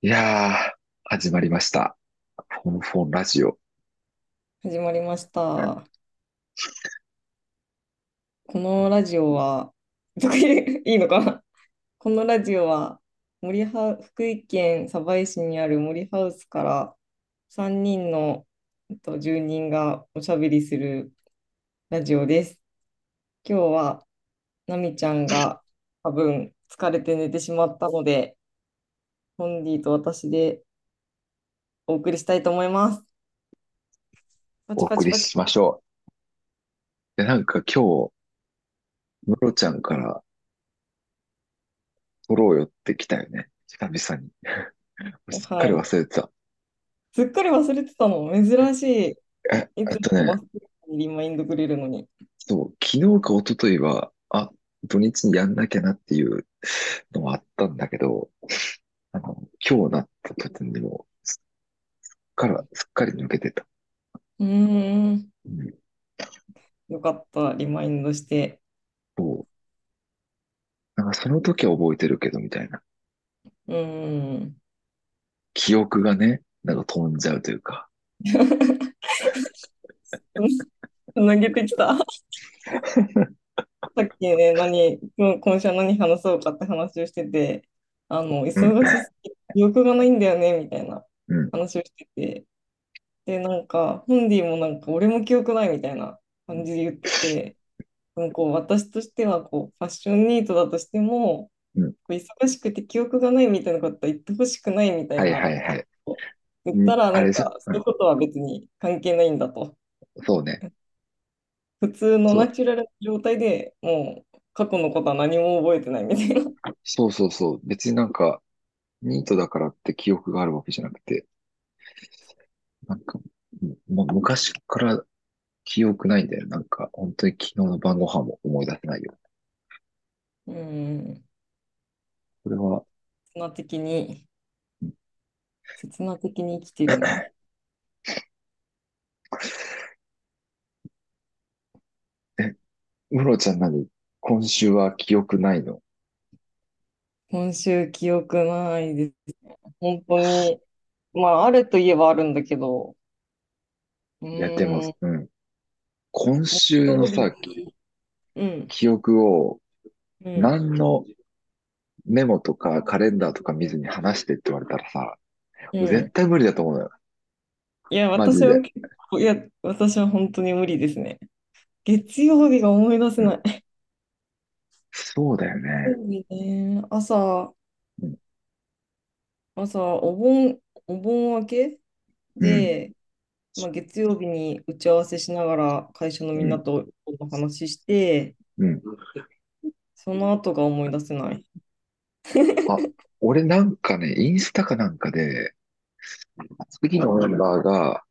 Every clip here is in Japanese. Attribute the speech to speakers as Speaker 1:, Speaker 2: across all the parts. Speaker 1: いやー、始まりました。フォンフォンラジオ。
Speaker 2: 始まりました。このラジオは、俗にいいのかな このラジオは森ハウ、福井県鯖江市にある森ハウスから3人の、えっと、住人がおしゃべりするラジオです。今日は、なみちゃんが多分疲れて寝てしまったので、ホンディと私でお送りしたいと思います。パ
Speaker 1: お
Speaker 2: チパ
Speaker 1: 送
Speaker 2: チ
Speaker 1: り
Speaker 2: パチ。
Speaker 1: しましょう。で、なんか今日、ムロちゃんから撮ろうよって来たよね。久々に。 すっ
Speaker 2: は
Speaker 1: かり
Speaker 2: い。
Speaker 1: 忘れてた。
Speaker 2: すっかり忘れてたの。珍し
Speaker 1: え、
Speaker 2: い。
Speaker 1: え
Speaker 2: い
Speaker 1: っ
Speaker 2: つ
Speaker 1: と
Speaker 2: も
Speaker 1: ね、
Speaker 2: 忘れてたのにリマインドくれるのに。
Speaker 1: そう、昨日か一昨日は、あ、土日にやんなきゃなっていうのもあったんだけど、あの、今日なった時にも、すっから、すっかり抜けてた。
Speaker 2: うーん。
Speaker 1: うん、
Speaker 2: よかった、リマインドして。
Speaker 1: そう。なんかその時は覚えてるけど、みたいな。
Speaker 2: うーん。
Speaker 1: 記憶がね、なんか飛んじゃうというか。
Speaker 2: 投げてき た。さっきね、何、今日今週は何話そうかって話をしてて、あの、
Speaker 1: うん、
Speaker 2: 忙しすぎて、記憶がないんだよね、みたいな
Speaker 1: うん、
Speaker 2: 話をしてて、で、なんか、ホンディもなんか、俺も記憶ないみたいな感じで言ってて、でもこう、私としては、こう、ファッションニートだとしても、
Speaker 1: うん。
Speaker 2: こう忙しくて記憶がないみたいなことは言ってほしくないみたい
Speaker 1: はいは
Speaker 2: な。
Speaker 1: いはい。
Speaker 2: 言っ
Speaker 1: ん
Speaker 2: たら、
Speaker 1: あ
Speaker 2: な
Speaker 1: れ
Speaker 2: ん
Speaker 1: でしょ。
Speaker 2: か、そうういうんことは別に関係ないんだと。
Speaker 1: そうね。
Speaker 2: 普通の
Speaker 1: そ
Speaker 2: ナ
Speaker 1: う。
Speaker 2: チュラルな状態でもう、過去のことは何も覚えてないみたいな。
Speaker 1: そうそうそう。別になんか、ニートだからって記憶があるわけじゃなくて、なんか、もう昔から記憶ないんだよ。なんか、本当に昨日の晩ご飯も思い出せないよ。
Speaker 2: うん。
Speaker 1: これは、
Speaker 2: 刹那的に、
Speaker 1: うん
Speaker 2: 刹那的に生きてる な。
Speaker 1: え、ムロちゃん何今週は記憶ないの
Speaker 2: 今週、記憶ないです。本当に、まあ、あるといえばあるんだけど、う
Speaker 1: いや、でも、
Speaker 2: ーん、
Speaker 1: うん。今
Speaker 2: 本
Speaker 1: 週
Speaker 2: 当
Speaker 1: の
Speaker 2: に別
Speaker 1: さ、き
Speaker 2: に、うん、
Speaker 1: 記憶を、
Speaker 2: うん。
Speaker 1: 何のメモとかカレンダーとか見ずに話してって言われたらさ、
Speaker 2: う
Speaker 1: 俺絶
Speaker 2: ん。
Speaker 1: 対無理だと思うのよ。
Speaker 2: いや、
Speaker 1: マジ
Speaker 2: 私は
Speaker 1: で。
Speaker 2: 結構、いや、私は本当に無理ですね。月曜日が思い出せ
Speaker 1: う。
Speaker 2: なんい。
Speaker 1: そうだよ
Speaker 2: そ
Speaker 1: ね。
Speaker 2: うね、朝、
Speaker 1: うん。
Speaker 2: 朝、お盆、お盆明け
Speaker 1: うん
Speaker 2: で、まあ、月曜日に打ち合わせしながら会社の
Speaker 1: う。
Speaker 2: みんなんとお話しして、
Speaker 1: うん。
Speaker 2: その後が思い出せない。
Speaker 1: あ、俺なんかね、インスタかなんかで、次のメンバーが、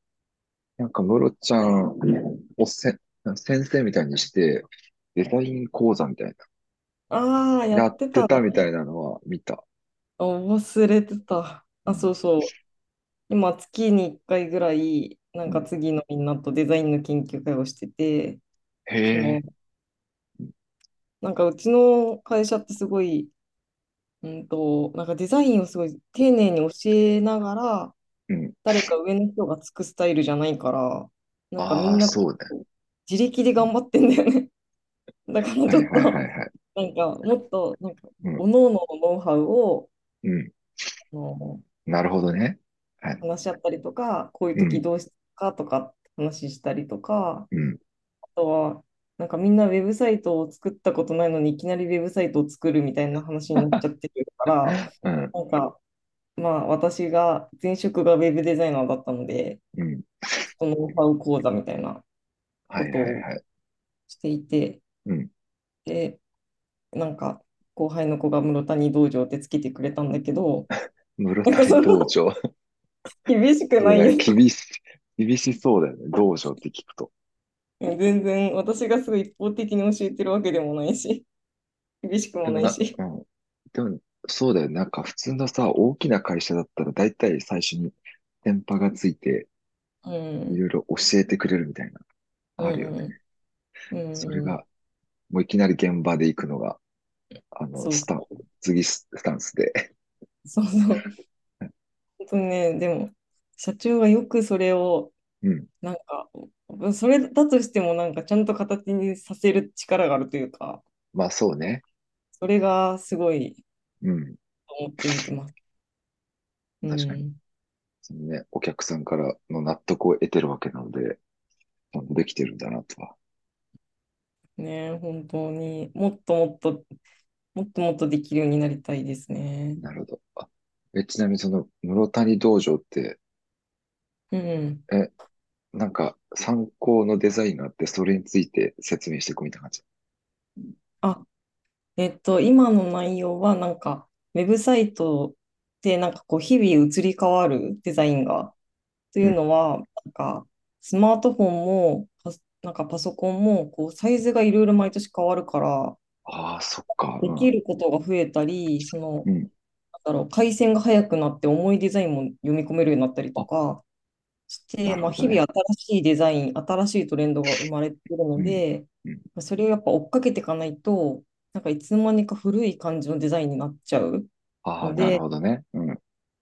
Speaker 1: なんかムロちゃんをせ、先生みたいにして、デザイン講座みたいな、
Speaker 2: ああ、や
Speaker 1: や
Speaker 2: っ
Speaker 1: ってて
Speaker 2: た
Speaker 1: たみた
Speaker 2: ね。
Speaker 1: いなのは見た。
Speaker 2: あ忘れてた。
Speaker 1: う
Speaker 2: あ、
Speaker 1: ん。
Speaker 2: そうそう。今、月に1回ぐらい、なん
Speaker 1: う
Speaker 2: か
Speaker 1: ん。
Speaker 2: 次のみんなとデザインの研究会をしてて、
Speaker 1: へ
Speaker 2: その、
Speaker 1: え。
Speaker 2: なんかうちの会社ってすごい、うんと、なんかデザインをすごい丁寧に教えながら、
Speaker 1: うん。
Speaker 2: 誰か上の人がつくスタイルじゃないから、なんかみ
Speaker 1: あ
Speaker 2: ん
Speaker 1: あ、
Speaker 2: な
Speaker 1: そうだよ。
Speaker 2: 自力で
Speaker 1: う
Speaker 2: 頑
Speaker 1: ん
Speaker 2: 張ってんだよね。だか
Speaker 1: は
Speaker 2: らち
Speaker 1: い
Speaker 2: ょっ
Speaker 1: はいは
Speaker 2: と、
Speaker 1: いはい。
Speaker 2: なんかもっと、なんか、
Speaker 1: うん。
Speaker 2: おのおののノウハウを、
Speaker 1: うん。
Speaker 2: あの
Speaker 1: なるほどね。はい。
Speaker 2: 話し合ったりとか、こういう
Speaker 1: う
Speaker 2: 時
Speaker 1: ん。
Speaker 2: どうしたかとか話したりとか、
Speaker 1: うん。
Speaker 2: あとは、なんかみんなウェブサイトを作ったことないのに、いきなりウェブサイトを作るみたいな話になっちゃってるから、
Speaker 1: うん。
Speaker 2: なんか、まあ私が、前職がウェブデザイナーだったので、
Speaker 1: うん。
Speaker 2: そのノウハウ講座みたいな
Speaker 1: は
Speaker 2: こ
Speaker 1: い
Speaker 2: と
Speaker 1: はい
Speaker 2: を
Speaker 1: はい。
Speaker 2: していて、
Speaker 1: うん。
Speaker 2: で、なんか後輩の子が室谷道場ってつけてくれたんだけど、
Speaker 1: 室
Speaker 2: なんか
Speaker 1: 谷
Speaker 2: そ
Speaker 1: 道
Speaker 2: の
Speaker 1: 場。
Speaker 2: 厳しく
Speaker 1: それ
Speaker 2: ない
Speaker 1: なん
Speaker 2: よ
Speaker 1: か厳し、厳しそうだよね。道場って聞くと。
Speaker 2: 全然私がすごい一方的に教えてるわけでもないし、 厳しく
Speaker 1: で
Speaker 2: も
Speaker 1: も
Speaker 2: ない
Speaker 1: な、
Speaker 2: し。
Speaker 1: うん。でも、そうだよね。なんか普通のさ、大きな会社だったら大体最初に電波がついて、
Speaker 2: う
Speaker 1: い
Speaker 2: ん、
Speaker 1: ろいろ教えてくれるみたいな、
Speaker 2: う
Speaker 1: あるよね。
Speaker 2: ん、う
Speaker 1: それ
Speaker 2: ん、うん、
Speaker 1: が、もういきなり現場で行くのが、あの、
Speaker 2: そう
Speaker 1: ス
Speaker 2: そ
Speaker 1: タン、
Speaker 2: う、
Speaker 1: 次ススタンスで。
Speaker 2: そうそう。とね、でも、社長がよくそれを、
Speaker 1: うん。
Speaker 2: なんか、それだとしても、なんか、ちゃんと形にさせる力があるというか、
Speaker 1: まあそうね。
Speaker 2: それがすごい
Speaker 1: うん。
Speaker 2: と思って見てます。う
Speaker 1: 確かに。
Speaker 2: ん。
Speaker 1: そのね、お客さんからの納得を得てるわけなので、ちゃんとできてるんだなとは。
Speaker 2: ねえ、本当に、もっともっと、もっともっとできるようになりたいですね。
Speaker 1: なるほど。あ、え、ちなみにその、室谷道場って、
Speaker 2: うん。
Speaker 1: え、なんか、参考のデザイナーってそれについて説明していくみたいな感じ。
Speaker 2: あ、えっと、今の内容は、なんか、ウェブサイトで、なんかこう、日々移り変わるデザインが、という
Speaker 1: うん。
Speaker 2: のは、なんか、スマートフォンも、パスなんかパソコンも、こう、サイズがいろいろ毎年変わるから、
Speaker 1: ああ、そっか。
Speaker 2: できることが増えたり、その、
Speaker 1: うん。うん。
Speaker 2: なんだろう、回線が速くなって、重いデザインも読み込めるようになったりと
Speaker 1: あ、
Speaker 2: か、し
Speaker 1: な
Speaker 2: て、
Speaker 1: る
Speaker 2: ま
Speaker 1: ほど
Speaker 2: あ、日
Speaker 1: ね。
Speaker 2: 々新しいデザイン、新しいトレンドが生まれている
Speaker 1: う
Speaker 2: の
Speaker 1: ん。
Speaker 2: で、
Speaker 1: うん。
Speaker 2: まあそれをやっぱ追っかけていかないと、なんかいつの間にか古い感じのデザインになっちゃう
Speaker 1: ああ、
Speaker 2: の
Speaker 1: なる
Speaker 2: で、
Speaker 1: ほどね。うん。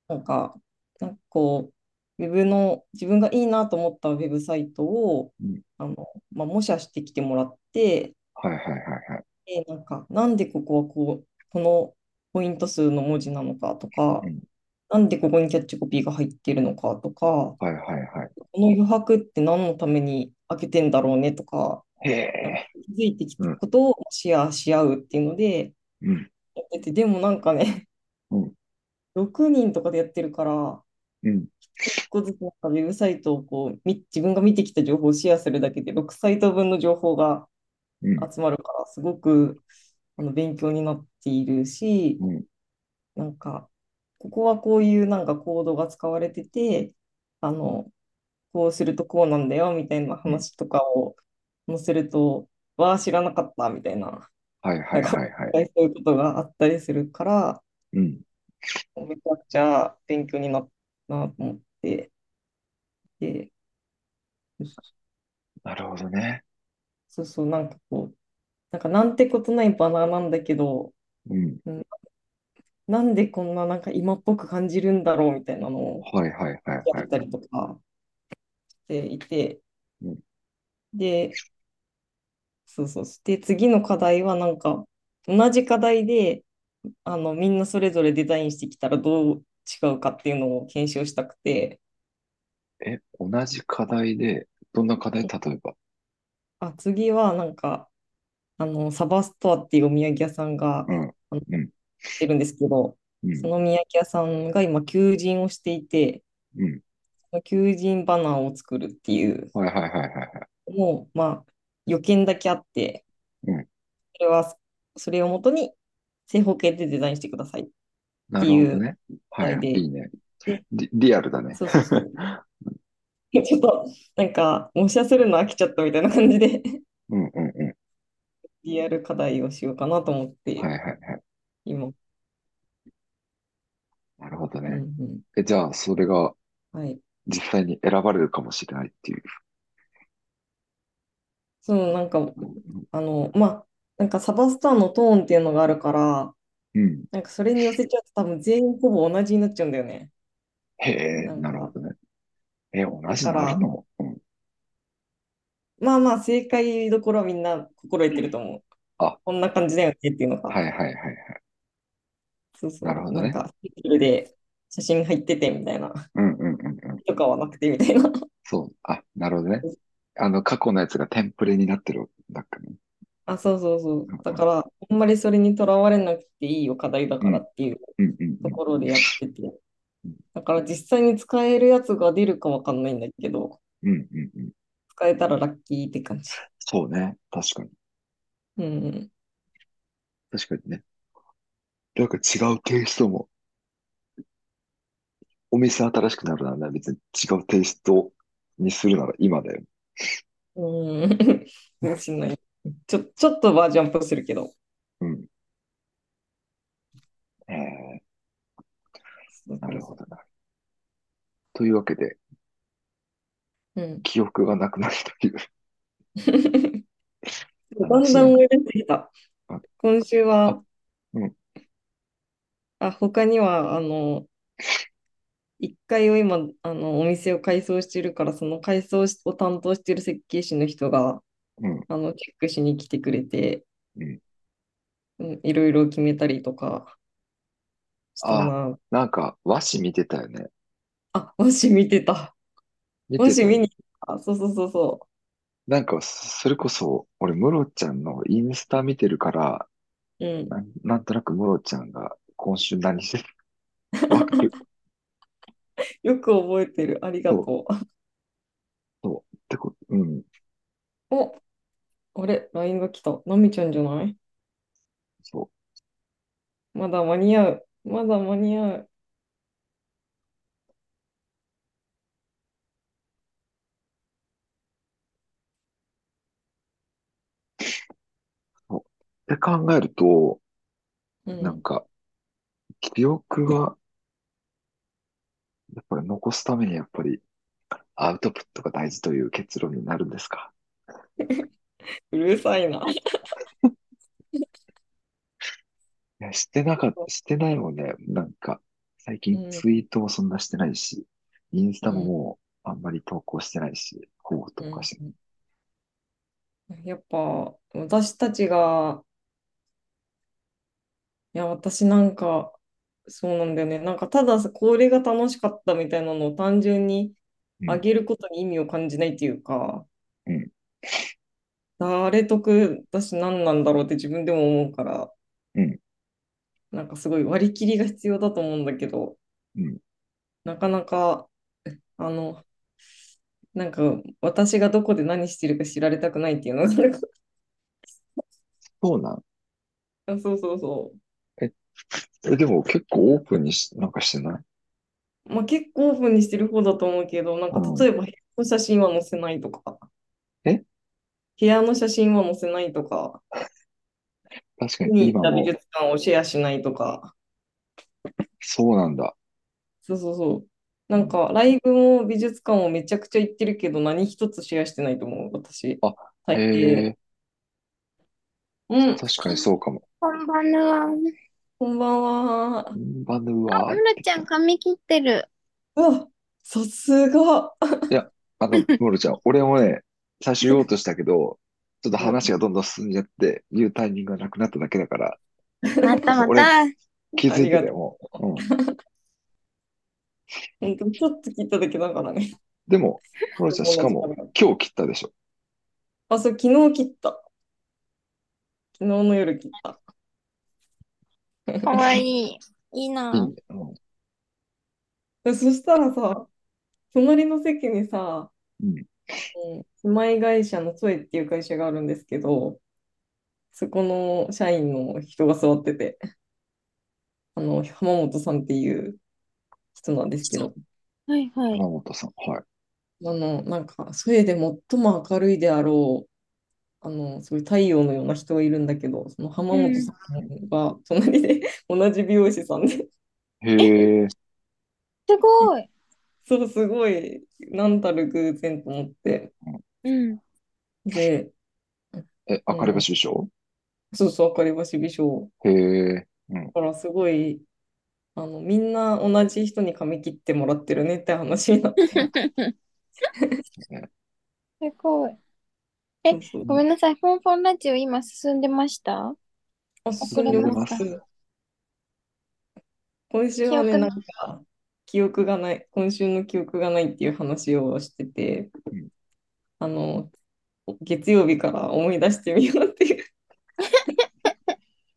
Speaker 2: なんか、なんかこう、ウェブの自分がいいなと思ったウェブサイトを
Speaker 1: うん。
Speaker 2: あの、まあ、模写してきてもらって、
Speaker 1: はいはいはいはい。
Speaker 2: でなんか、なんでここはこう、このポイント数の文字なのかと
Speaker 1: う
Speaker 2: か、
Speaker 1: ん。
Speaker 2: なんでここにキャッチコピーが入っているのかとか、
Speaker 1: はいはいはい。
Speaker 2: この余白って何のために開けてんだろうねとか、
Speaker 1: へ
Speaker 2: なんか
Speaker 1: え。
Speaker 2: 気づいてき
Speaker 1: う
Speaker 2: た
Speaker 1: ん。
Speaker 2: ことをシェアし合うっていうので、
Speaker 1: うん。
Speaker 2: やってて、でもなんかね、
Speaker 1: うん。
Speaker 2: 6人とかでやってるから、
Speaker 1: うん。
Speaker 2: 1個ずつなんかウェブサイトをこうみ自分が見てきた情報をシェアするだけで、6サイト分の情報が
Speaker 1: うん。
Speaker 2: 集まるから、すごくあの勉強になっているし、
Speaker 1: うん。
Speaker 2: なんか、ここはこういうなんかコードが使われてて、あの、こうするとこうなんだよみたいな
Speaker 1: うん
Speaker 2: 話とかを載せると、わあ、知らなかったみたいな、
Speaker 1: はいは
Speaker 2: ないんか、
Speaker 1: はいはい。
Speaker 2: そういうことがあったりするから、
Speaker 1: うん。
Speaker 2: めちゃくちゃ勉強になったなと思って、で、
Speaker 1: なるほどね。
Speaker 2: そうそう、なんかこう、なんかなんてことないバナーなんだけど、
Speaker 1: うん。
Speaker 2: うんなんでこんななんか今っぽく感じるんだろうみたいなのを
Speaker 1: はいはいはい
Speaker 2: や
Speaker 1: は
Speaker 2: っ
Speaker 1: い。
Speaker 2: たりとかしていて、
Speaker 1: うん。
Speaker 2: で、そうそう、で、次の課題はなんか、同じ課題で、あのみんなそれぞれデザインしてきたらどう違うかっていうのを検証したくて、
Speaker 1: え、同じ課題で、どんな課題例えば。
Speaker 2: あ、次はなんかあのサバストアっていうお土産屋さんが
Speaker 1: うん。
Speaker 2: あの
Speaker 1: うん。
Speaker 2: してるんですけど、
Speaker 1: う
Speaker 2: そ
Speaker 1: ん。
Speaker 2: のお土産屋さんが今求人をしていて、
Speaker 1: うん。
Speaker 2: その求人バナーを作るっていう
Speaker 1: はいはいはいはいはい。
Speaker 2: のもう、まあ、予見だけあって、
Speaker 1: うん。
Speaker 2: それはそれをもとに正方形でデザインしてくださいっ
Speaker 1: な
Speaker 2: て
Speaker 1: るほ
Speaker 2: い
Speaker 1: ど
Speaker 2: う
Speaker 1: ね。
Speaker 2: 課
Speaker 1: は
Speaker 2: 題
Speaker 1: い。
Speaker 2: で、
Speaker 1: いいね。
Speaker 2: で、
Speaker 1: リ、リアルだね。
Speaker 2: そうそうそう。 ちょっとなんか模写するの飽きちゃったみたいな感じで
Speaker 1: うんうんうん。
Speaker 2: リアル課題をしようかなと思っ
Speaker 1: はい
Speaker 2: て、
Speaker 1: はいはい。
Speaker 2: 今。
Speaker 1: なるほど
Speaker 2: う
Speaker 1: ね。
Speaker 2: んうん。
Speaker 1: え、じゃあ、それが
Speaker 2: はい。
Speaker 1: 実際に選ばれるかもしれないっていう。
Speaker 2: そのなんか、
Speaker 1: うん
Speaker 2: あの、まあ、なんかサバスターのトーンっていうのがあるから、
Speaker 1: うん。
Speaker 2: なんかそれに寄せちゃうと多分全員ほぼ同じになっちゃうんだよね。
Speaker 1: へえ、
Speaker 2: なん
Speaker 1: なるほ
Speaker 2: か、
Speaker 1: どね。え、同
Speaker 2: だ
Speaker 1: じ
Speaker 2: か
Speaker 1: のある
Speaker 2: ら、
Speaker 1: のうん。
Speaker 2: まあまあ正解どころはみんな心得てると思う。
Speaker 1: あ、
Speaker 2: こんな感じだよねっていうのが。
Speaker 1: はいはいはいはい。
Speaker 2: そう
Speaker 1: なる
Speaker 2: そ
Speaker 1: ほ
Speaker 2: う。
Speaker 1: ど
Speaker 2: なん
Speaker 1: ね。
Speaker 2: か、シンプルで写真入っててみたいな。
Speaker 1: うんうんうんうん。
Speaker 2: とかはなくてみたいな。
Speaker 1: そう。あ、なるほどね。あの、過去のやつがテンプレになってるだっけね。
Speaker 2: あ、そうそうそうう。
Speaker 1: ん
Speaker 2: だ
Speaker 1: う
Speaker 2: か
Speaker 1: ん
Speaker 2: ら、あんまりそれにとらわれなくていいよ、課題だ
Speaker 1: う
Speaker 2: から
Speaker 1: ん
Speaker 2: っていう
Speaker 1: うんうんう
Speaker 2: と
Speaker 1: ん。
Speaker 2: ころでやってて。
Speaker 1: うん
Speaker 2: だから実際に使えるやつが出るかわかんないんだけど、
Speaker 1: うんうんうん。
Speaker 2: 使えたらラッキーって感じ。
Speaker 1: そうね。確かに。
Speaker 2: うん。
Speaker 1: 確かにね。なんか違うテイストも、お店新しくなるなら別に違うテイストにするなら今だよ。
Speaker 2: うん。かもしんない。ちょ、ちょっとバージョンアップするけど。
Speaker 1: うん。えー、
Speaker 2: そう
Speaker 1: な
Speaker 2: そ
Speaker 1: る
Speaker 2: う
Speaker 1: ほ
Speaker 2: そ
Speaker 1: どな。というわけで、
Speaker 2: う。うん。
Speaker 1: 記憶がなくなるという
Speaker 2: だん
Speaker 1: 話
Speaker 2: だ
Speaker 1: な
Speaker 2: ん
Speaker 1: ん
Speaker 2: 思
Speaker 1: で。
Speaker 2: い出してきた。
Speaker 1: あ、
Speaker 2: 今週
Speaker 1: あ、
Speaker 2: は、
Speaker 1: うん。
Speaker 2: あ、他には、あの、 1階を今、あの、お店を改装してるから、その改装を担当してる設計士の人が、
Speaker 1: うん、
Speaker 2: あの、チェックしに来てくれて、
Speaker 1: うん。
Speaker 2: うん、いろいろ決めたりとかした
Speaker 1: あ、
Speaker 2: な。
Speaker 1: なんか、和紙見てたよね。
Speaker 2: あ、もし見てた。
Speaker 1: 見
Speaker 2: も
Speaker 1: て
Speaker 2: した
Speaker 1: よ
Speaker 2: 見
Speaker 1: ね。
Speaker 2: に、あ、そうそうそうそう。
Speaker 1: なんか、それこそ、俺、ムロちゃんのインスタ見てるから、
Speaker 2: うん。
Speaker 1: なん、なんとなくムロちゃんが今週何してる かわかる。
Speaker 2: よく覚えてる。ありが
Speaker 1: そう、
Speaker 2: とう。
Speaker 1: そう。ってこと、うん。
Speaker 2: お、あれ、LINE が来た。なみちゃんじゃない
Speaker 1: そう。
Speaker 2: まだ間に合う。まだ間に合う。
Speaker 1: そうって考えると、
Speaker 2: う
Speaker 1: なん
Speaker 2: ん。
Speaker 1: か、記憶が、やっぱり残すために、やっぱり、アウトプットが大事という結論になるんですか。
Speaker 2: うるさいな。
Speaker 1: いや、してなかった、してないもんね。なんか、最
Speaker 2: う
Speaker 1: 近
Speaker 2: ん。
Speaker 1: ツイートもそんなしてないし、インス
Speaker 2: う
Speaker 1: タも
Speaker 2: ん。
Speaker 1: もうあんまり投稿してないし、ほぼ投
Speaker 2: う
Speaker 1: 稿
Speaker 2: ん。
Speaker 1: してない。
Speaker 2: やっぱ、私たちが、いや、私なんか、そうなんだよね。なんか、ただ、これが楽しかったみたいなのを単純に
Speaker 1: う
Speaker 2: あ
Speaker 1: ん、
Speaker 2: げることに意味を感じないっていうか、
Speaker 1: うん、
Speaker 2: 誰得だし何なんだろうって自分でも思うから、
Speaker 1: うん、
Speaker 2: なんかすごい割り切りが必要だと思うんだけど、
Speaker 1: うん。
Speaker 2: なかなか、あの、なんか、私がどこで何してるか知られたくないっていうのが、なんか
Speaker 1: そうなん。
Speaker 2: あそうそうそう。
Speaker 1: え、えでも結構オープンにし、なんかしてない
Speaker 2: まあ、結構オープンにしてる方だと思うけど、なん
Speaker 1: う
Speaker 2: か
Speaker 1: ん。
Speaker 2: 例えば部屋の写真は載せないとか、
Speaker 1: え、
Speaker 2: 部屋の写真は載せないとか、
Speaker 1: 確かに
Speaker 2: に行
Speaker 1: 今
Speaker 2: った美
Speaker 1: も、
Speaker 2: 術館をシェアしないとか、
Speaker 1: そうなんだ。
Speaker 2: そうそうそう。
Speaker 1: う
Speaker 2: なん
Speaker 1: ん、
Speaker 2: かライブも美術館もめちゃくちゃ行ってるけど、何一つシェアしてないと思う、私。
Speaker 1: あ、
Speaker 2: 大
Speaker 1: へ
Speaker 2: 抵。
Speaker 1: え、
Speaker 2: うん、
Speaker 1: 確かにそうかも。
Speaker 3: こんばんは。
Speaker 2: こんばんは。
Speaker 1: んバヌ
Speaker 3: あ、
Speaker 1: ワー
Speaker 3: む
Speaker 1: っ
Speaker 3: ら
Speaker 1: て
Speaker 3: ち
Speaker 1: 来
Speaker 3: ゃ
Speaker 1: た。
Speaker 3: ん髪切ってる。
Speaker 2: うわ、さすが。
Speaker 1: いや、あの、モルちゃん、俺もね、最初言おうとしたけど、ちょっと
Speaker 2: う
Speaker 1: 話
Speaker 2: ん、
Speaker 1: がどんどん進んじゃって、言うタイミングがなくなっただけだから、
Speaker 3: またま
Speaker 1: 俺、
Speaker 3: た。
Speaker 1: 気
Speaker 2: あ
Speaker 1: づいて
Speaker 2: りが
Speaker 1: た
Speaker 2: と
Speaker 1: よ、も
Speaker 2: う。
Speaker 1: う。うん。
Speaker 2: 本当にちょっと切っただけだからね。
Speaker 1: でも、モロちゃん、
Speaker 2: も
Speaker 1: し
Speaker 2: の
Speaker 1: か
Speaker 2: 時間
Speaker 1: も、
Speaker 2: が。
Speaker 1: 今日切ったでしょ。
Speaker 2: あ、そう、昨日切った。昨日の夜切った。
Speaker 3: かわいい。いい
Speaker 1: いい
Speaker 3: な。
Speaker 1: ね。うん。
Speaker 2: でそしたらさ、隣の席にさ、
Speaker 1: うん。
Speaker 2: うん住まい会社のトエっていう会社があるんですけど、そこの社員の人が座ってて、あの、浜本さんっていう人なんですけど、
Speaker 3: はいはい。
Speaker 1: 山本さん。はい。
Speaker 2: あの、なんか、ソエで最も明るいであろう、あの、すごい太陽のような人がいるんだけど、その浜
Speaker 3: う
Speaker 2: 本
Speaker 3: ん。
Speaker 2: さんが隣で同じ美容師さんで、
Speaker 1: へえ。
Speaker 3: すごい。
Speaker 2: そう、すごい、なんたる偶然と思って、
Speaker 3: うん。
Speaker 2: で、
Speaker 1: うんえ、
Speaker 2: あ
Speaker 1: 明るい場
Speaker 2: の、
Speaker 1: 所でしょ
Speaker 2: そうそう、明かり橋美少
Speaker 1: へえ。うん。
Speaker 2: だからすごい、あの、みんな同じ人に髪切ってもらってるねって話になって。
Speaker 1: ね。
Speaker 3: すごい。
Speaker 2: そ
Speaker 3: え、
Speaker 2: うそう
Speaker 3: ご
Speaker 1: ん。
Speaker 3: めんなさい。フォンフォンラジオ今進んでました
Speaker 2: あ、
Speaker 3: 遅
Speaker 2: 進ん
Speaker 3: れ
Speaker 2: で
Speaker 1: 進ん
Speaker 3: ま
Speaker 1: で
Speaker 3: し
Speaker 2: ま。
Speaker 1: ます
Speaker 3: た
Speaker 2: 今週
Speaker 3: 記
Speaker 2: はね、
Speaker 3: 憶
Speaker 2: な
Speaker 3: の。
Speaker 2: んか、記憶がない、今週の記憶がないっていう話をしてて、
Speaker 1: うん。
Speaker 2: あの、月曜日から思い出してみようっていう。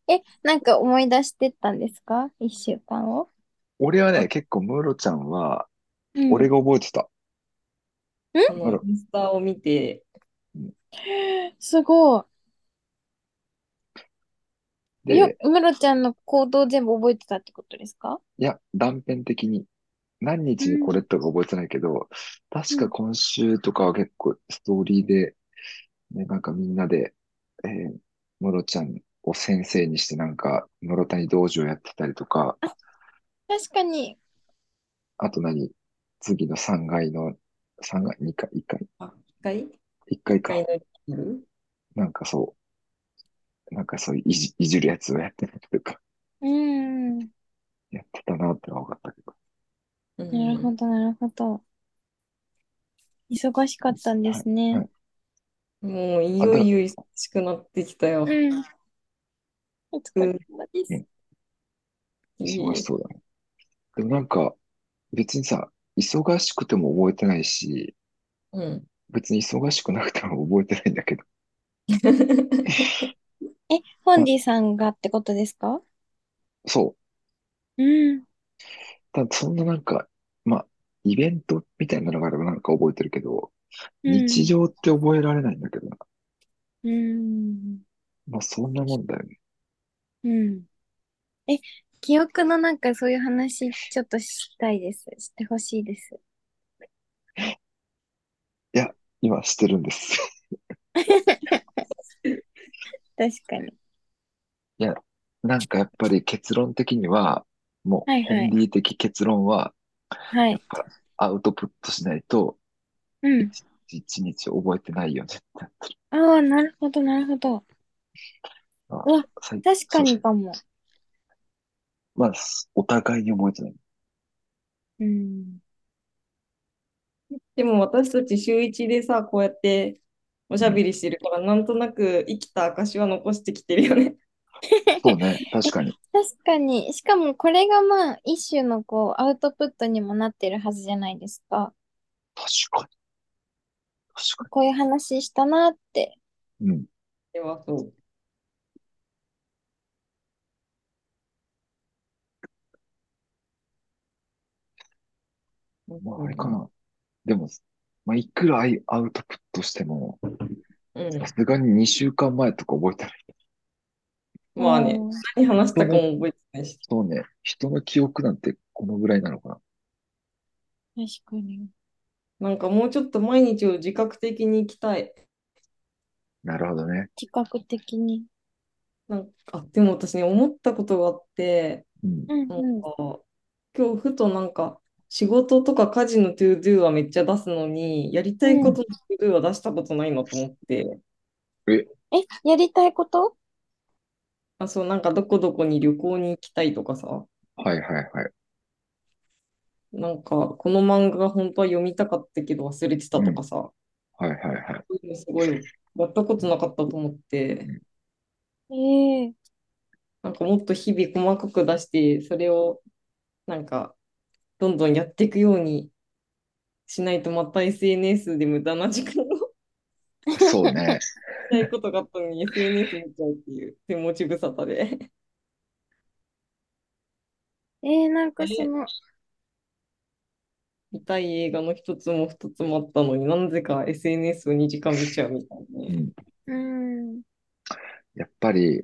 Speaker 3: え、なんか思い出してったんですか一週間を。
Speaker 1: 俺は
Speaker 2: あ、
Speaker 1: ね、結構、ムロちゃんは、
Speaker 3: う
Speaker 1: 俺
Speaker 3: ん。
Speaker 1: が覚えてた。
Speaker 3: ん
Speaker 2: あ
Speaker 1: ム
Speaker 2: の、
Speaker 1: ロ。
Speaker 2: インスタを見て、
Speaker 1: うん
Speaker 3: すごい。よ、
Speaker 1: で、
Speaker 3: むらちゃんの行動全部覚えてたってことですか
Speaker 1: いや、断片的に、何
Speaker 3: う
Speaker 1: 日にこ
Speaker 3: ん。
Speaker 1: れとか覚えてないけど、
Speaker 3: う
Speaker 1: 確か
Speaker 3: ん。
Speaker 1: 今週とかは結構、ストーリーで、ね、なんかみんなで、えー、ムロちゃんを先生にしてなんか、室谷道場やってたりとか、
Speaker 3: あ、確かに。
Speaker 1: あと何次の3階の、3階、2階、1階、
Speaker 2: あ、一回
Speaker 1: 1
Speaker 2: 一
Speaker 1: 階
Speaker 2: 回
Speaker 1: か。
Speaker 2: のリズム
Speaker 1: なんかそう、なんかそういういじ、いじるやつをやってたりとか、
Speaker 3: うん。
Speaker 1: やってたなってのは分かったけど。
Speaker 2: うん
Speaker 3: なるほど、なるほど。忙しかったんです
Speaker 1: は
Speaker 3: ね。
Speaker 1: い。
Speaker 2: もうい
Speaker 1: あ、
Speaker 2: よ
Speaker 1: だ、
Speaker 2: いよ忙しくなってきた
Speaker 3: う
Speaker 2: よ。
Speaker 3: ん。お疲
Speaker 2: う
Speaker 3: れ
Speaker 2: ん、
Speaker 3: 様で
Speaker 1: う
Speaker 3: す。
Speaker 1: ん忙し
Speaker 2: いい。
Speaker 1: そうだね。でもなんか、別にさ、忙しくても覚えてないし、
Speaker 2: うん。
Speaker 1: 別に忙しくなくても覚えてないんだけど。
Speaker 3: え、ホン
Speaker 1: な、
Speaker 3: ディさんがってことですか
Speaker 1: そう。
Speaker 3: うん。
Speaker 1: ただそんななんか、まあ、イベントみたいなのがあればなんか覚えてるけど、
Speaker 3: う
Speaker 1: 日
Speaker 3: ん。
Speaker 1: 常って覚えられないんだけどな。
Speaker 3: うん。
Speaker 1: まあ、そんなもんだよね。
Speaker 3: うん。え、記憶のなんかそういう話ちょっとしたいです。してほしいです。
Speaker 1: いや、今してるんです。
Speaker 3: 確かに。
Speaker 1: いや、なんかやっぱり結論的には、もう
Speaker 3: はい
Speaker 1: ホ
Speaker 3: は
Speaker 1: ン
Speaker 3: い。
Speaker 1: ディ的結論は、
Speaker 3: は
Speaker 1: やっ
Speaker 3: い。
Speaker 1: ぱアウトプットしないと、
Speaker 3: うん。
Speaker 1: 一日一日覚えてないよね ってなってる。
Speaker 3: ああ、なるほど、なるほど。
Speaker 1: まあ、
Speaker 3: うわ、
Speaker 1: さい、
Speaker 3: 確か
Speaker 1: そう、
Speaker 3: にかも。
Speaker 1: まあ、すお互いに覚えてない。
Speaker 3: うん。
Speaker 2: でも私たち週一でさ、こうやってお
Speaker 1: う
Speaker 2: しゃべ
Speaker 1: ん。
Speaker 2: りしてるから、なんとなく生きた証は残してきてるよね。
Speaker 1: そうね、確
Speaker 3: え、
Speaker 1: かに。
Speaker 3: 確かに。しかもこれがまあ、一種のこう、アウトプットにもなってるはずじゃないですか。
Speaker 1: 確かに、確か
Speaker 3: こういう話したなって。
Speaker 1: に。うん。
Speaker 2: ではそう。本
Speaker 1: ま
Speaker 2: 当
Speaker 1: あ、あれか
Speaker 2: に
Speaker 1: な。でも、まあ、いくらアイアウトプットしても、
Speaker 2: う
Speaker 1: さ
Speaker 2: ん。
Speaker 1: すがに2週間前とか覚えてない。
Speaker 2: まあね、
Speaker 3: おー。
Speaker 2: 何話し
Speaker 1: 人
Speaker 2: たか
Speaker 1: の、
Speaker 2: も覚えてないし。
Speaker 1: そうね、人の記憶なんてこのぐらいなのかな。
Speaker 3: 確かに。
Speaker 2: なんかもうちょっと毎日を自覚的に生きたい。
Speaker 1: なるほどね。
Speaker 3: 自覚的に。
Speaker 2: なんか、あでも私ね、思ったことがあって、
Speaker 1: うん。
Speaker 3: うん
Speaker 2: なんか、
Speaker 3: うん。
Speaker 2: 今日ふとなんか、仕事とか家事のトゥードゥはめっちゃ出すのに、やりた
Speaker 3: う
Speaker 2: いこ
Speaker 3: ん。
Speaker 2: とのトゥードゥは出したことないなと思って、
Speaker 1: え、
Speaker 3: え、やりたいこと
Speaker 2: あ、そう、なんかどこどこに旅行に行きたいとかさ、
Speaker 1: はいはいはい。
Speaker 2: なんか、この漫画が本当は読みたかったけど忘れてた
Speaker 1: う
Speaker 2: と
Speaker 1: ん。
Speaker 2: かさ、
Speaker 1: はいはいはい。
Speaker 2: そういうのすごい、やったことなかったと思って、
Speaker 1: うん
Speaker 3: ええ
Speaker 2: なんかもっと日々細かく出して、それをなんか、どんどんやっていくようにしないと、また SNS で無駄な時間を
Speaker 1: そうね。
Speaker 2: したいことがあったのに SNS 見ちゃうっていう手持ち無沙汰で。
Speaker 3: えー、なんかそ
Speaker 2: え
Speaker 3: の、
Speaker 2: 見たい映画の一つも二つもあったのに、なぜか SNS を2時間見ちゃうみたいうね。、
Speaker 1: ん。
Speaker 3: うん。
Speaker 1: やっぱり、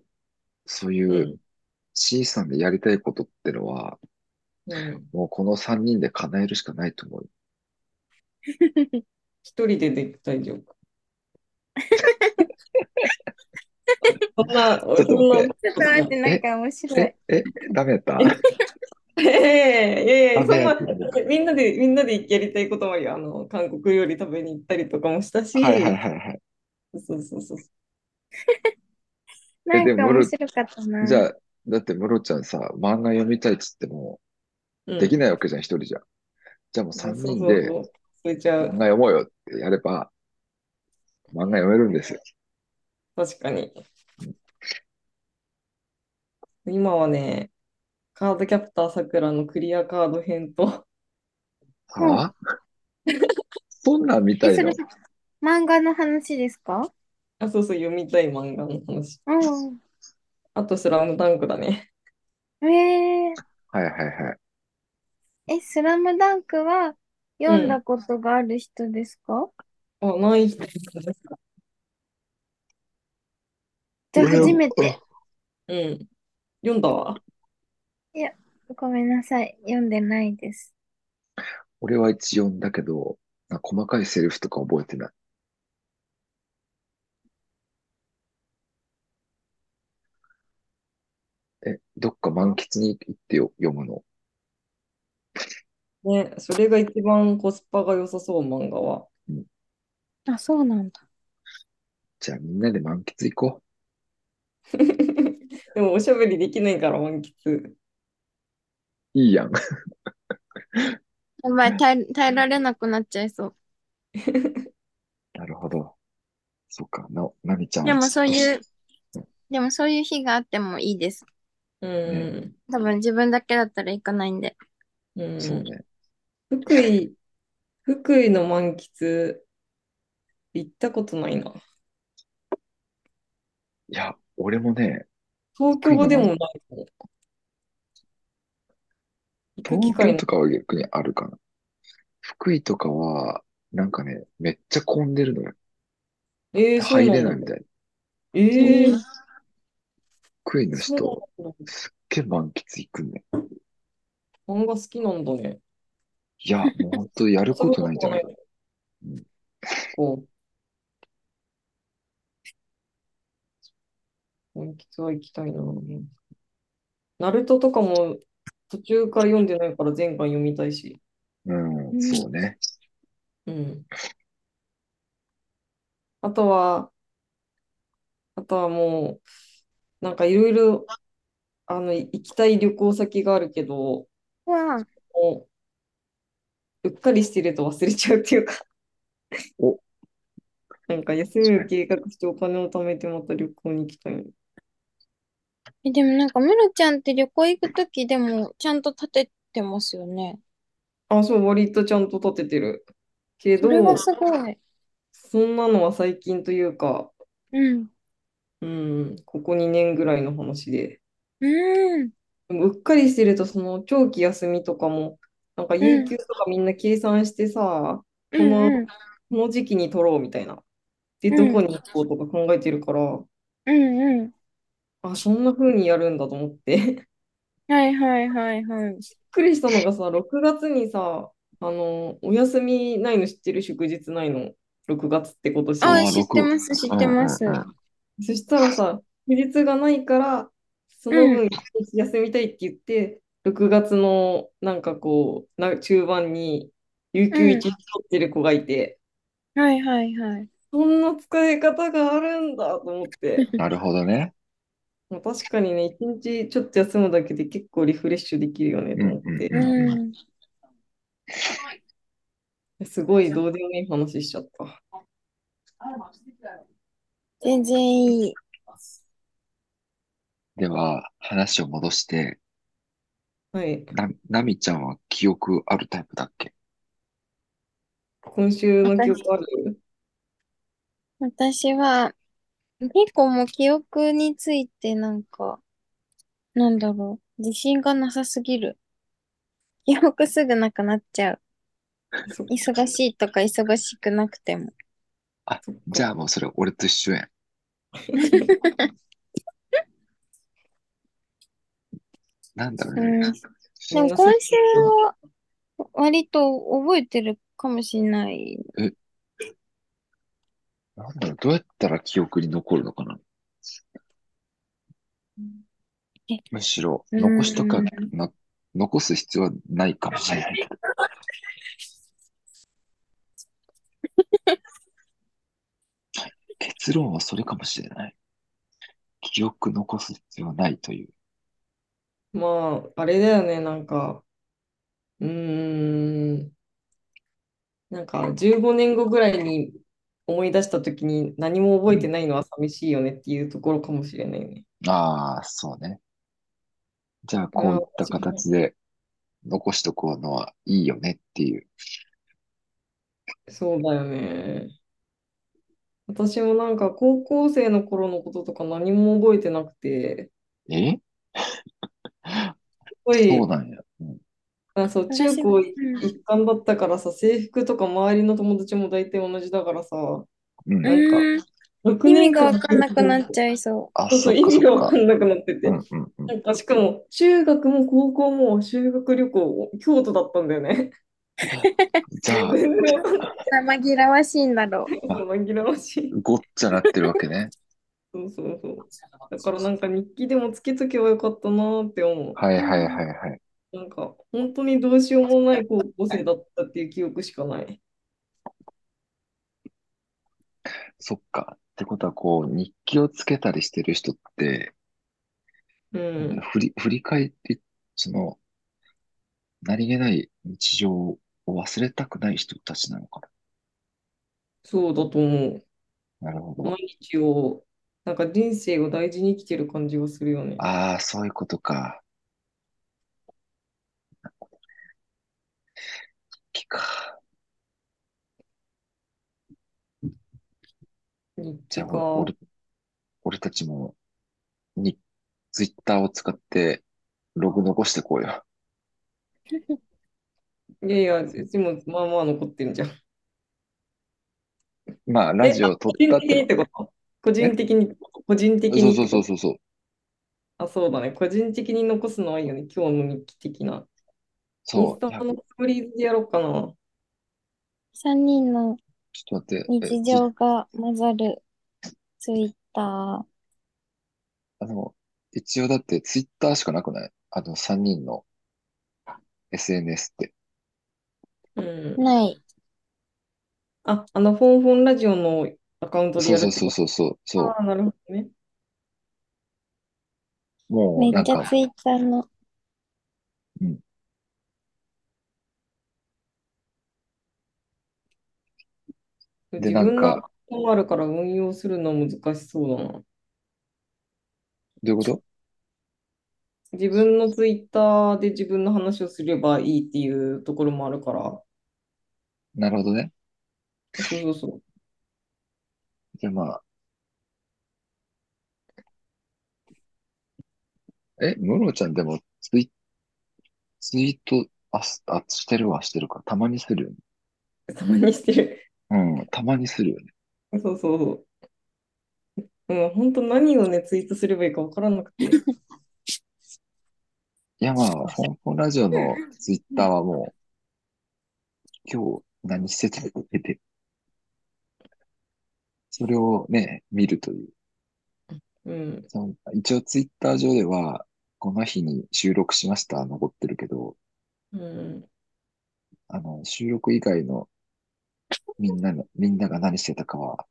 Speaker 1: そういううん小さなやりたいことってのは、
Speaker 2: うん。
Speaker 1: もうこの3人で叶えるしかないと思う。
Speaker 2: 一人でで大丈 夫。そんな、
Speaker 1: ちょっ
Speaker 2: そ
Speaker 1: と待っ
Speaker 2: んな
Speaker 1: て。
Speaker 3: ちょっ
Speaker 2: ことと
Speaker 3: 待っ
Speaker 2: な
Speaker 3: て、
Speaker 2: い。
Speaker 3: なん
Speaker 1: え、
Speaker 3: か面白い。
Speaker 1: え、え、ダメやった
Speaker 2: ええいやい
Speaker 1: ダ
Speaker 2: や、そ
Speaker 1: メ
Speaker 2: ん
Speaker 1: やっ
Speaker 2: な、
Speaker 1: たね。
Speaker 2: みんなで、みんなでやりたいこともあるよ。あの、韓国料理食べに行ったりとかもした
Speaker 1: はいはい
Speaker 2: し、
Speaker 1: はいはい。
Speaker 2: そうそうそうそう。
Speaker 1: え、
Speaker 3: なん
Speaker 1: でも、
Speaker 3: か
Speaker 1: ム
Speaker 3: 面
Speaker 1: ロ、
Speaker 3: 白かった
Speaker 1: じゃ
Speaker 3: な。
Speaker 1: あ、だってムロちゃんさ、漫画読みたいっつっても、
Speaker 2: う
Speaker 1: でき
Speaker 2: ん。
Speaker 1: ないわけじゃん、一人じゃ。じゃあもう
Speaker 2: そう
Speaker 1: 3
Speaker 2: そう
Speaker 1: 人
Speaker 2: そう
Speaker 1: で
Speaker 2: そう。それち
Speaker 1: 漫画
Speaker 2: ゃう。
Speaker 1: 読もうよってやれば、漫画読めるんですよ。
Speaker 2: 確かに。
Speaker 1: うん
Speaker 2: 今はね、カードキャプターさくらのクリアカード編と、
Speaker 3: うん。
Speaker 1: はあそんなん見
Speaker 3: え、
Speaker 1: たい
Speaker 3: それ、
Speaker 1: の
Speaker 3: 漫画の話ですか
Speaker 2: あ、そうそう、読みたい漫画の話。
Speaker 3: うん。
Speaker 2: あと、スラムダンクだね。
Speaker 3: えー
Speaker 1: はいはいはい。
Speaker 3: え、スラムダンクは
Speaker 2: う
Speaker 3: 読んだ
Speaker 2: ん。
Speaker 3: ことがある人ですか
Speaker 2: あ、ない人。
Speaker 3: じゃ
Speaker 1: 俺
Speaker 3: あ
Speaker 1: は、
Speaker 3: 初めて。
Speaker 2: うん。読んだわ。
Speaker 3: いや、ごめんなさい。読んでないです。
Speaker 1: 俺は一応だけど、なんか細かいセリフとか覚えてない。え、どっか満喫に行ってよ、読むの。
Speaker 2: ね、それが一番コスパが良さそう、漫画は。
Speaker 1: うん
Speaker 3: あ、そうなんだ。
Speaker 1: じゃあみんなで満喫行こ
Speaker 2: でも、おしゃべりできないから満喫。
Speaker 1: う。いいやん。
Speaker 3: やばい、耐え、耐えられなくなっちゃいそう。
Speaker 1: なるほど。そっか、な、なみちゃん
Speaker 3: で
Speaker 1: は
Speaker 3: も
Speaker 1: ち
Speaker 3: そう
Speaker 1: ょっ
Speaker 3: いう、
Speaker 1: と、ね
Speaker 3: でもそういう日があってもいいです。
Speaker 2: う
Speaker 1: ね、
Speaker 2: ん。
Speaker 3: 多分自分だけだったら行かないんで。
Speaker 2: う。
Speaker 1: そうんね。
Speaker 2: 福井、福井の満喫、行ったことない
Speaker 1: い
Speaker 2: な。
Speaker 1: や、俺もね、
Speaker 2: 東
Speaker 1: 福井
Speaker 2: 京
Speaker 1: の
Speaker 2: で
Speaker 1: 満
Speaker 2: もないかも。行く機
Speaker 1: 東京
Speaker 2: 会な
Speaker 1: とかは逆にあるかな。福井とかは、なんかね、めっちゃ混んでるのよ。
Speaker 2: い。えー、そう
Speaker 1: 入
Speaker 2: な
Speaker 1: れな
Speaker 2: ん
Speaker 1: い
Speaker 2: だ。
Speaker 1: みたいな。
Speaker 2: えー、
Speaker 1: 福井の
Speaker 2: そう
Speaker 1: 人、
Speaker 2: なんだ。
Speaker 1: すっげえ満喫行くね。
Speaker 2: 漫画好きなんだね。
Speaker 1: いや、もう本当やる
Speaker 2: 遊
Speaker 1: こ
Speaker 2: ぶ
Speaker 1: と
Speaker 2: こ
Speaker 1: ないん
Speaker 2: と
Speaker 1: じゃ
Speaker 2: が
Speaker 1: な
Speaker 2: ないい
Speaker 1: か
Speaker 2: の。
Speaker 1: な。うん、
Speaker 2: こう、満喫は行きたいな。ナルトとかも途中から読んでないから全巻読みたいし。
Speaker 1: うん
Speaker 3: うん。
Speaker 1: そうね。
Speaker 2: うん。あとは、あとはもう、なんかいろいろ、あの、行きたい旅行先があるけど、
Speaker 3: わあ、
Speaker 2: もう、うっかりしてると忘れちゃうっていうか、
Speaker 1: お、
Speaker 2: なんか休
Speaker 1: 確
Speaker 2: み
Speaker 1: か
Speaker 2: を
Speaker 1: に。
Speaker 2: 計画してお金を貯めてまた旅行に行きたいの。
Speaker 3: え、でもなんか、ムロちゃんって旅行行くときでも、ちゃんと立ててますよね。
Speaker 2: あ、そう、割とちゃんと立ててる。け
Speaker 3: それが
Speaker 2: ど、
Speaker 3: すごい。
Speaker 2: そんなのは最近というか、
Speaker 3: うん。
Speaker 2: うん、ここ2年ぐらいの話で。
Speaker 3: うん。
Speaker 2: でもうっかりしてると、その長期休みとかも、なんか
Speaker 3: う
Speaker 2: 有
Speaker 3: ん。
Speaker 2: 給とかみんな計算してさ、
Speaker 3: う
Speaker 2: この、
Speaker 3: んうん。
Speaker 2: この時期に取ろうみたいな。で、
Speaker 3: う
Speaker 2: どこ
Speaker 3: ん。
Speaker 2: に行こうとか考えてるから、
Speaker 3: うんうん。
Speaker 2: あ、そんな風にやるんだと思って。
Speaker 3: はいはいはいはい。
Speaker 2: びっくりしたのが さ、6月にさ、あの、お休みないの知ってる祝日ないの、6月って今
Speaker 3: ああ、
Speaker 2: 年。
Speaker 1: ああ、
Speaker 3: 知って
Speaker 1: 6。
Speaker 3: ます、知っ
Speaker 1: う
Speaker 3: て
Speaker 1: ん
Speaker 3: ま
Speaker 1: うん
Speaker 3: す。
Speaker 1: うん。
Speaker 2: そしたらさ、休日がないから、そうの
Speaker 3: ん。
Speaker 2: 分休みたいって言って、6月のなんかこう、な中盤に有
Speaker 3: う
Speaker 2: 給1
Speaker 3: ん。
Speaker 2: 日取ってる子がいて、
Speaker 3: はいはいはい。
Speaker 2: そんな使い方があるんだと思って、
Speaker 1: なるほどね。
Speaker 2: まあ、確かにね、1日ちょっと休むだけで結構リフレッシュできるよね
Speaker 1: う
Speaker 2: と
Speaker 1: ん
Speaker 2: 思っ
Speaker 1: うん
Speaker 2: て、
Speaker 3: う
Speaker 1: うんうん。
Speaker 3: ん。
Speaker 2: すごいどうでもいい話しちゃった。
Speaker 3: 全然いい。
Speaker 1: では、話を戻して、
Speaker 2: はい。
Speaker 1: な、なみちゃんは記憶あるタイプだっけ
Speaker 2: 今週の記
Speaker 3: 私、
Speaker 2: 憶ある
Speaker 3: 私は、結構もう記憶についてなんか、なんだろう。自信がなさすぎる。記憶すぐなくなっちゃ う。
Speaker 2: そっか、
Speaker 3: 忙しいとか忙しくなくても。
Speaker 1: あ、
Speaker 2: そっ
Speaker 1: じ
Speaker 2: か。
Speaker 1: ゃあもうそれ俺と一緒やん。なんだろうね。
Speaker 3: う
Speaker 2: ごめん
Speaker 3: ん。でも
Speaker 2: なさ
Speaker 3: 今
Speaker 2: い。
Speaker 3: 週は割と覚えてるかもしれない。
Speaker 1: え、なんだろう、どうやったら記憶に残るのかな
Speaker 3: え、
Speaker 1: むしろ、
Speaker 3: う
Speaker 1: 残しとか
Speaker 3: ん。
Speaker 1: な、残す必要はないかもしれないけど。結論はそれかもしれない。記憶残す必要はないという。
Speaker 2: まあ、あれだよね、なんか、うーん、なんか15年後ぐらいに思い出したときに何も
Speaker 1: う
Speaker 2: 覚えて
Speaker 1: ん。
Speaker 2: ないのは寂しいよねっていうところかもしれないね。
Speaker 1: ああ、そうね。じゃあ、
Speaker 2: い
Speaker 1: こ
Speaker 2: や、
Speaker 1: ういった
Speaker 2: 私も
Speaker 1: 形で残しとこうのはいいよねっていう。
Speaker 2: そうだよね。私もなんか高校生の頃のこととか何も覚えてなくて、
Speaker 1: え
Speaker 2: すご
Speaker 1: そう
Speaker 2: い、
Speaker 1: なんや。うん。
Speaker 2: あ、そう、中
Speaker 3: 私も、
Speaker 2: 高
Speaker 3: うん。
Speaker 2: 一貫だったからさ、制服とか周りの友達も大体同じだからさ、
Speaker 1: うん。
Speaker 2: なんか、
Speaker 3: うん。
Speaker 2: 6
Speaker 3: 意味
Speaker 2: 年
Speaker 3: が
Speaker 2: 間
Speaker 3: わかんなくな
Speaker 2: の
Speaker 3: っちゃいそ。
Speaker 1: あ、
Speaker 2: そうそ、
Speaker 1: そうっ
Speaker 2: 意
Speaker 1: かそ
Speaker 2: 味
Speaker 1: っ
Speaker 2: がわか
Speaker 1: か。
Speaker 2: んなくなって
Speaker 1: う
Speaker 2: て。
Speaker 1: んうんうん。
Speaker 2: なんか、しかも、中学も高校も修学旅行、京都だったんだよね。
Speaker 1: じゃあ、
Speaker 2: 全然わかんないう
Speaker 3: 紛らわしいんだろ。
Speaker 2: そ
Speaker 1: あ、
Speaker 2: う紛らわしい。
Speaker 1: ごっちゃなってるわけね。
Speaker 2: そうそうそう。だから、なんか日記でもつけとけばよかったなーって 思
Speaker 1: はいう
Speaker 3: う
Speaker 1: はいはい
Speaker 3: ん。
Speaker 1: はい。
Speaker 2: う。なんか、本当にどうしようもない高校生だったっていう記憶しかない。
Speaker 1: そっか。ってことは、こう、日記をつけたりしてる人って、
Speaker 2: う
Speaker 1: なんだろ
Speaker 2: ん。
Speaker 1: う振り、振り返って、その、何気ない日常忘れたくない人たちなのか
Speaker 2: そうだと思う。
Speaker 1: な。なるほど。
Speaker 2: 毎日を、なんか人生を大事に生きてる感じがするよね。
Speaker 1: ああ、そういうことか。きか。
Speaker 2: 日
Speaker 1: じゃ
Speaker 2: 記
Speaker 1: あ、お
Speaker 2: か。
Speaker 1: 俺、俺たちも、に、ツイッターを使って、ログ残してこうよ。
Speaker 2: いやいや、うちもまあまあ残ってんじゃん。
Speaker 1: まあ、ラ
Speaker 2: え、
Speaker 1: ジ
Speaker 2: あ、
Speaker 1: オ撮
Speaker 2: 個
Speaker 1: っ
Speaker 2: 人
Speaker 1: たっ
Speaker 2: 的
Speaker 1: て
Speaker 2: に
Speaker 1: こ
Speaker 2: って
Speaker 1: と
Speaker 2: こ
Speaker 1: ね。
Speaker 2: と個人
Speaker 1: え
Speaker 2: 的にってこと個人的
Speaker 1: そう
Speaker 2: にっ
Speaker 1: そうそ
Speaker 2: てこ
Speaker 1: うそうそう。
Speaker 2: とあ、そうだね。個人的に残すのはいいよね。今日の日記的な。インス
Speaker 1: そう。
Speaker 2: タ
Speaker 1: いや、
Speaker 2: のストーリーズでやろうかな。
Speaker 3: 三人の
Speaker 1: ちょっと待って。え、
Speaker 3: 日
Speaker 1: じ、
Speaker 3: 常が混ざるツイッター。
Speaker 1: あの、一応だってツイッターしかなくないあの、3人の SNS って。
Speaker 2: うん。
Speaker 3: ない。
Speaker 2: あ、あの、フォンフォンラジオのアカウントで
Speaker 1: そう
Speaker 2: や
Speaker 1: そ
Speaker 2: る
Speaker 1: う
Speaker 2: って
Speaker 1: そう
Speaker 2: こ
Speaker 1: そうそう。
Speaker 2: と
Speaker 1: そ
Speaker 2: ああ、なるほどね。
Speaker 1: う。も
Speaker 3: め
Speaker 1: う、
Speaker 3: っ
Speaker 1: なん
Speaker 3: ちゃ
Speaker 1: か、
Speaker 3: ツイッター の、
Speaker 1: うん。で、
Speaker 2: 自
Speaker 1: なん
Speaker 2: 分の
Speaker 1: か、
Speaker 2: アカウントもあるから運用するの難しそうだな。
Speaker 1: どういうこと
Speaker 2: 自分のツイッターで自分の話をすればいいっていうところもあるから。
Speaker 1: なるほどね。
Speaker 2: そうそうそう。
Speaker 1: じゃあまあ、え、ムロちゃんでもツイ、ツイート、あ、すあ、してるわ、してるか。たまにするよね。
Speaker 2: たまにしてる。
Speaker 1: うん、たまにするよね。
Speaker 2: そうそうそう。うん、本当何をね、ツイートすればいいか分からなくて。
Speaker 1: いやまあ、フォンフォンラジオのツイッターはもう、今日何してたか出て、それをね、見るという。
Speaker 2: うん。
Speaker 1: その一応ツイッター上では、この日に収録しました、残ってるけど、
Speaker 2: うん。
Speaker 1: あの、収録以外のみんなの、みんなが何してたかは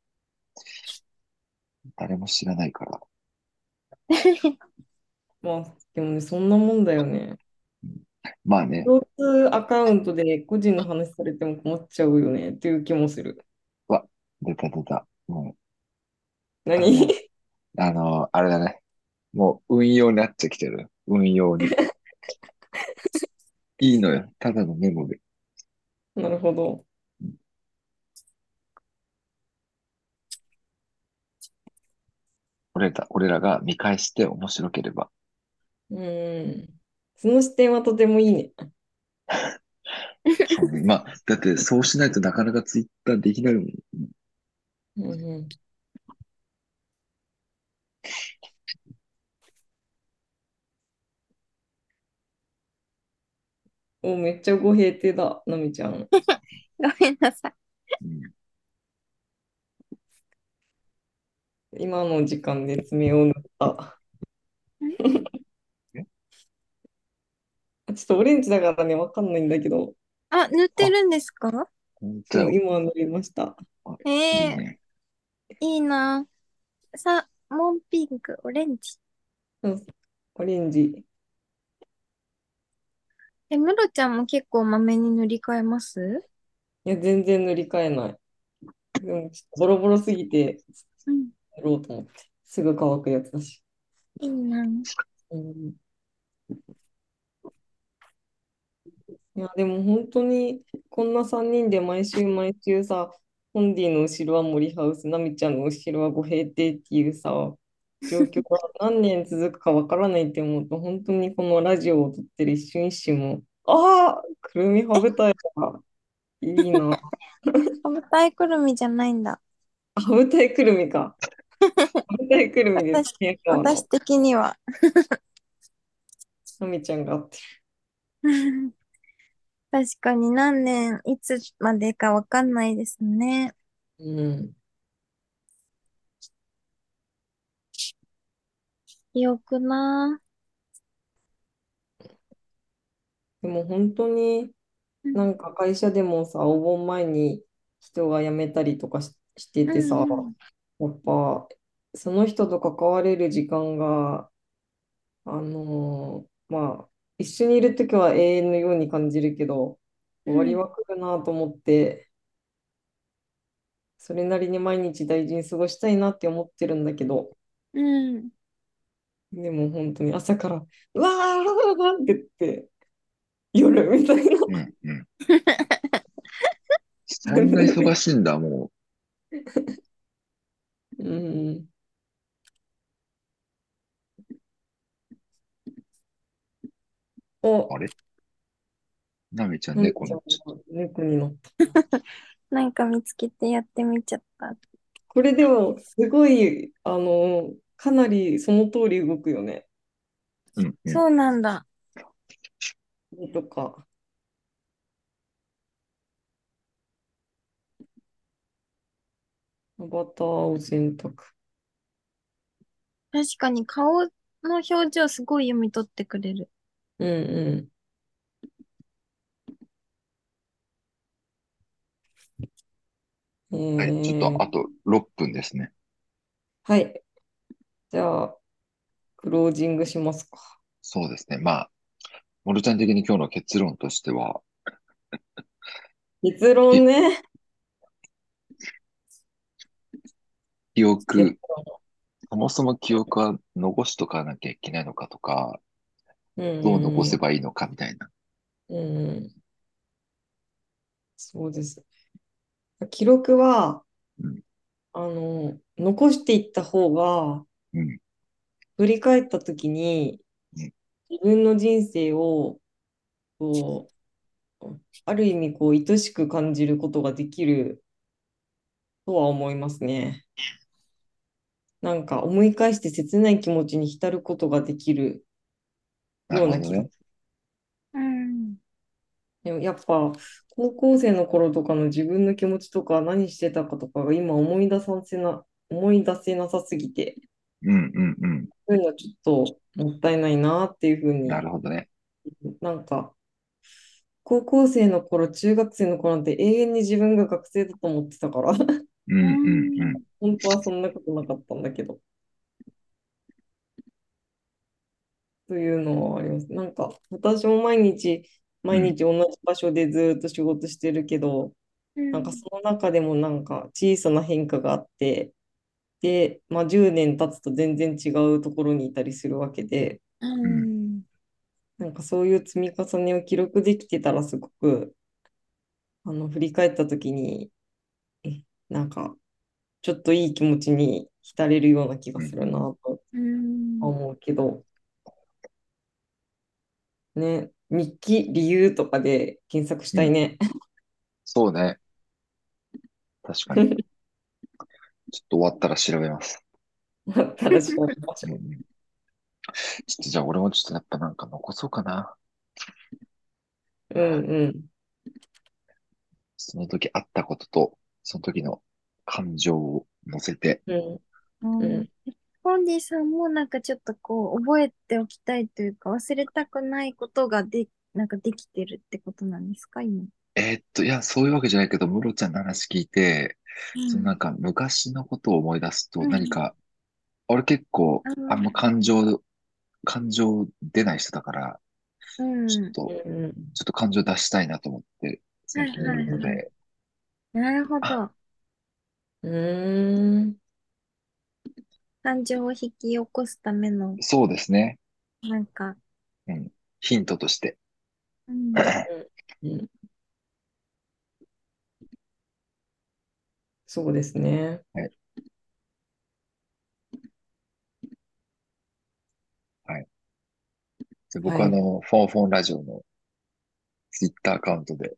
Speaker 1: 誰も知らないから。
Speaker 2: まあ、でもね、そんなもんだよね。
Speaker 1: まあね、
Speaker 2: 共通アカウントで個人の話されても困っちゃうよねっていう気もする。
Speaker 1: わ、出た出た。もう、あれ
Speaker 2: 何
Speaker 1: だ。あの、あれだね。もう運用になっちゃきてる。運用に。いいのよ。ただのメモで。
Speaker 2: なるほど。
Speaker 1: 俺ら、俺らが見返して面白ければ。
Speaker 2: うん。その視点はとてもいいね。
Speaker 1: そうね。まあ、だってそうしないとなかなかツイッターできないもん。
Speaker 2: うんうん。お、めっちゃ語弊艇だ、なみちゃん。
Speaker 3: ごめんなさい。
Speaker 1: うん。
Speaker 2: 今の時間で爪を塗った。
Speaker 1: え
Speaker 2: ちょっとオレンジだからね、わかんないんだけど、
Speaker 3: あ、塗って
Speaker 1: あ、
Speaker 3: るんですか
Speaker 1: 本当
Speaker 2: そう、
Speaker 1: よ。
Speaker 2: 今塗りました。
Speaker 1: あ、
Speaker 3: え
Speaker 1: いい
Speaker 3: え
Speaker 1: ね。
Speaker 3: ー、いいな。サーモンピンク、オレンジ。
Speaker 2: うんオレンジ。
Speaker 3: え、ムロちゃんも結構まめに塗り替えます
Speaker 2: いや、全然塗り替えない。でも、ちょっとボロボロすぎて、
Speaker 3: うん、
Speaker 2: 塗ろうと思って。すぐ乾くやつだし。
Speaker 3: いいな。
Speaker 2: うん、いや、でも本当に、こんな3人で毎週毎週さ、ホンディの後ろは森ハウス、ナミちゃんの後ろは御平亭っていうさ、状況が何年続くかわからないって思うと、本当にこのラジオを撮ってる一瞬一瞬も、ああ、くるみ羽舞台だ。いいな。
Speaker 3: 羽舞台くるみじゃないんだ。
Speaker 2: あ羽舞台くるみか。羽舞台くるみです。
Speaker 3: 私、
Speaker 2: 宮川
Speaker 3: 私
Speaker 2: の。
Speaker 3: 的には。
Speaker 2: ナミちゃんが合ってる。
Speaker 3: 確かに何年、いつまでかわかんないですね。
Speaker 2: うん。
Speaker 3: よくな。
Speaker 2: でも本当に
Speaker 3: うん、
Speaker 2: なんか会社でもさ、お盆前に人が辞めたりとかし、して
Speaker 3: う
Speaker 2: てさ、
Speaker 3: ん、うん。
Speaker 2: やっぱその人と関われる時間が、あのーまあ、一緒にいるときは永遠のように感じるけど、終わりは来るなと思って、それなりに毎日大事に過ごしたいなって思ってるんだけど、
Speaker 3: うん。うん。
Speaker 2: でも本当に朝から、うわーって言って、夜みたいな。
Speaker 1: うん、うん。そんな忙しいんだ、も
Speaker 2: うん。
Speaker 1: う。
Speaker 2: お、
Speaker 1: あれなみちゃん
Speaker 2: なみ
Speaker 1: 猫
Speaker 2: ちゃ
Speaker 1: に
Speaker 2: んが猫になった。
Speaker 3: なんか見つけてやってみちゃった。
Speaker 2: これでも、すごい、あの、かなりその通り動くよね。
Speaker 1: うんうん。
Speaker 3: そうなんだ。
Speaker 2: これとか。アバターを選択。
Speaker 3: 確かに顔の表情すごい読み取ってくれる。
Speaker 2: うんうん。え
Speaker 1: はい、ちょっと
Speaker 2: ー、
Speaker 1: あと6分ですね。
Speaker 2: はい。じゃあ、クロージングしますか。
Speaker 1: そうですね。まあ、モルちゃん的に今日の結論としては、
Speaker 2: 結
Speaker 1: き
Speaker 2: 論ね。
Speaker 1: 記
Speaker 2: 結
Speaker 1: 憶、
Speaker 2: 論。
Speaker 1: そもそも記憶は残しとかなきゃいけないのかとか、
Speaker 2: う
Speaker 1: どう残
Speaker 2: ん
Speaker 1: せ
Speaker 2: う
Speaker 1: ばいいのかみたいな。
Speaker 2: んうん。うんうん。そうです。記録は、
Speaker 1: うん、
Speaker 2: あの、残していった方が、
Speaker 1: うん、
Speaker 2: 振り返った時に、
Speaker 1: うん、
Speaker 2: 自分の人生を、こう、ある意味、こう、愛しく感じることができるとは思いますね。なんか、思い返して切ない気持ちに浸ることができる
Speaker 1: な
Speaker 2: よ
Speaker 1: る
Speaker 2: う
Speaker 1: ほ
Speaker 2: な
Speaker 1: ど
Speaker 2: 気が
Speaker 1: ね。
Speaker 3: うん。
Speaker 2: でもやっぱ高校生の頃とかの自分の気持ちとか何してたかとかが今思い出させな、思い出せなさすぎて、
Speaker 1: うん、うん、うん。
Speaker 2: そういうのはちょっともったいないなっていうふう
Speaker 1: な
Speaker 2: に、
Speaker 1: るほどね。
Speaker 2: なんか高校生の頃、中学生の頃なんて永遠に自分が学生だと思ってたから、
Speaker 1: う ん、うん、う。
Speaker 3: うんん。
Speaker 2: 本当はそんなことなかったんだけど、というのはあります。なんか私も毎日、
Speaker 1: う
Speaker 2: 毎
Speaker 1: ん、
Speaker 2: 日同じ場所でずーっと仕事してるけど、
Speaker 3: う
Speaker 2: なんか
Speaker 3: ん。
Speaker 2: その中でもなんか小さな変化があって、で、まあ、10年経つと全然違うところにいたりするわけで、
Speaker 3: う
Speaker 1: うん。
Speaker 3: ん。
Speaker 2: なんかそういう積み重ねを記録できてたらすごく、あの、振り返った時に、えなんかちょっといい気持ちに浸れるような気が
Speaker 1: う
Speaker 2: す
Speaker 1: ん
Speaker 2: るなと
Speaker 3: うん。
Speaker 2: 思うけど、ね、日記、理由とかで検索し
Speaker 1: う
Speaker 2: たい
Speaker 1: ん
Speaker 2: ね。
Speaker 1: そうね。確かに。ちょっと終わったら調べます。
Speaker 2: あったら調べまし
Speaker 1: うん、う
Speaker 2: ょ
Speaker 1: ん。ちょっとじゃあ俺もちょっとやっぱなんか残そうかな。
Speaker 2: う。うんうん。
Speaker 1: その時あったことと、その時の感情を乗せて、
Speaker 2: うん
Speaker 3: う
Speaker 2: うんん。
Speaker 3: ポンディさんもなんかちょっとこう覚えておきたいというか忘れたくないことがで、なんかできてるってことなんですか、今。
Speaker 1: えーっと、いや、そういうわけじゃないけど、ムロちゃんの話聞いて、
Speaker 3: う
Speaker 1: その
Speaker 3: ん。
Speaker 1: なんか昔のことを思い出すと
Speaker 3: う
Speaker 1: 何
Speaker 3: ん。
Speaker 1: か、俺結構
Speaker 3: あ
Speaker 1: あんま
Speaker 3: ー
Speaker 1: 感情、感情出ない人だから、
Speaker 3: う
Speaker 1: ち
Speaker 3: ん。
Speaker 1: ょっ
Speaker 2: う
Speaker 1: と、
Speaker 2: んうん。
Speaker 1: ちょっと感情出したいなと思って、最
Speaker 3: はい
Speaker 1: 近い
Speaker 3: は
Speaker 1: る
Speaker 3: い
Speaker 1: の
Speaker 3: はい。
Speaker 1: で、
Speaker 3: なるほ
Speaker 1: あ、
Speaker 3: ど。
Speaker 2: うーん。
Speaker 3: 感情を引き起こすための、
Speaker 1: そうですね。
Speaker 3: なんか、
Speaker 1: うん。ヒントとして。
Speaker 3: うん。
Speaker 2: うんうん。そうですね。
Speaker 1: はい。はい。で僕
Speaker 2: は
Speaker 1: はあ
Speaker 2: い。
Speaker 1: の、フォンフォンラジオのツイッターアカウントで、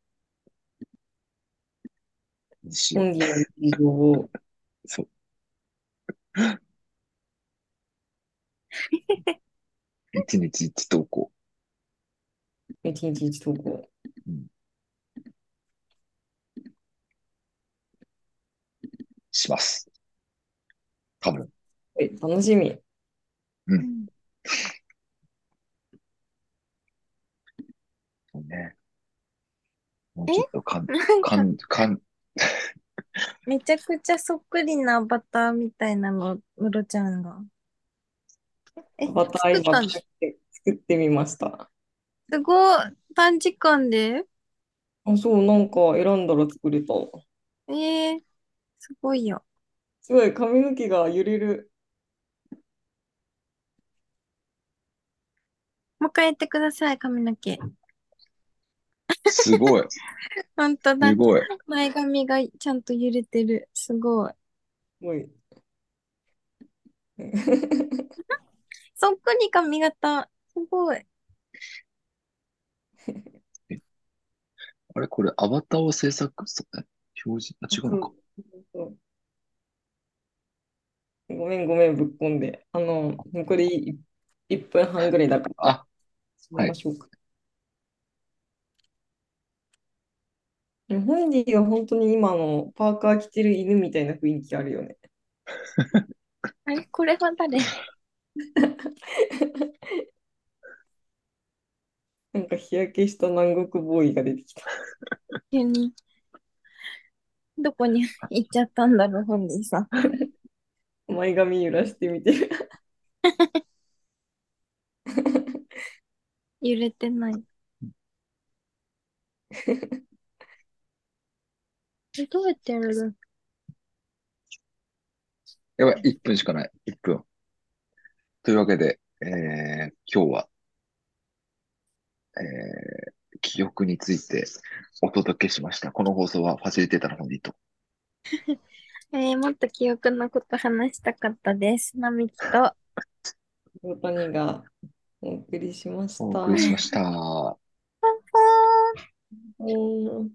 Speaker 1: にしよ
Speaker 2: 本人の事情を。
Speaker 1: う。そう。一日一投稿。
Speaker 2: 一日一投稿。
Speaker 1: うん。します。多分。
Speaker 2: え、楽しみ。
Speaker 1: う。
Speaker 3: うんん。
Speaker 1: そうね。もう
Speaker 3: え
Speaker 1: ちょっとかん、
Speaker 3: なん
Speaker 1: か
Speaker 3: か、
Speaker 1: ん、かん、
Speaker 3: めちゃくちゃそっくりなアバターみたいなの、ムロちゃんが。え、
Speaker 2: アバター
Speaker 3: 作っ
Speaker 2: 今作
Speaker 3: たんです。
Speaker 2: って、作ってみました。
Speaker 3: すごい。短時間で
Speaker 2: あ、そう、なんか選んだら作れた。
Speaker 3: ええすごいよ。
Speaker 2: すごい、髪の毛が揺れる。
Speaker 3: もう一回やってください、髪の毛。
Speaker 1: すごい、
Speaker 3: 本当
Speaker 1: す
Speaker 3: だ。
Speaker 1: ごい。
Speaker 3: 前髪がちゃんと揺れてる。すごい。
Speaker 2: すご い。
Speaker 3: そっくり髪型。すごい。
Speaker 1: えあれ、これ、アバターを制作、そえ表示、あ、違うの
Speaker 2: そ
Speaker 1: か。
Speaker 2: うそうごめん、ごめん、ぶっこんで。あの、残り1分半ぐらいだから、
Speaker 1: あ、
Speaker 2: 締め
Speaker 1: は
Speaker 2: ま
Speaker 1: い。
Speaker 2: しょうか。日本人は本当に今のパーカー着てる犬みたいな雰囲気あるよね。
Speaker 3: あれ、これは誰
Speaker 2: なんか日焼けした南国ボーイが出てきた。
Speaker 3: 急に。どこに行っちゃったんだろう、本人さん。
Speaker 2: 前髪揺らしてみて る。
Speaker 3: 揺れてない。えどうやってやるの
Speaker 1: やばい、1分しかない。1分。というわけで、えー、今日は、えー、記憶についてお届けしました。この放送はファシリテーターの本人と。
Speaker 3: えーもっと記憶のこと話したかったです。並木と。
Speaker 2: 大谷がお送りしまし
Speaker 1: お
Speaker 2: た。
Speaker 1: 送りしました。
Speaker 3: パンパン
Speaker 2: うん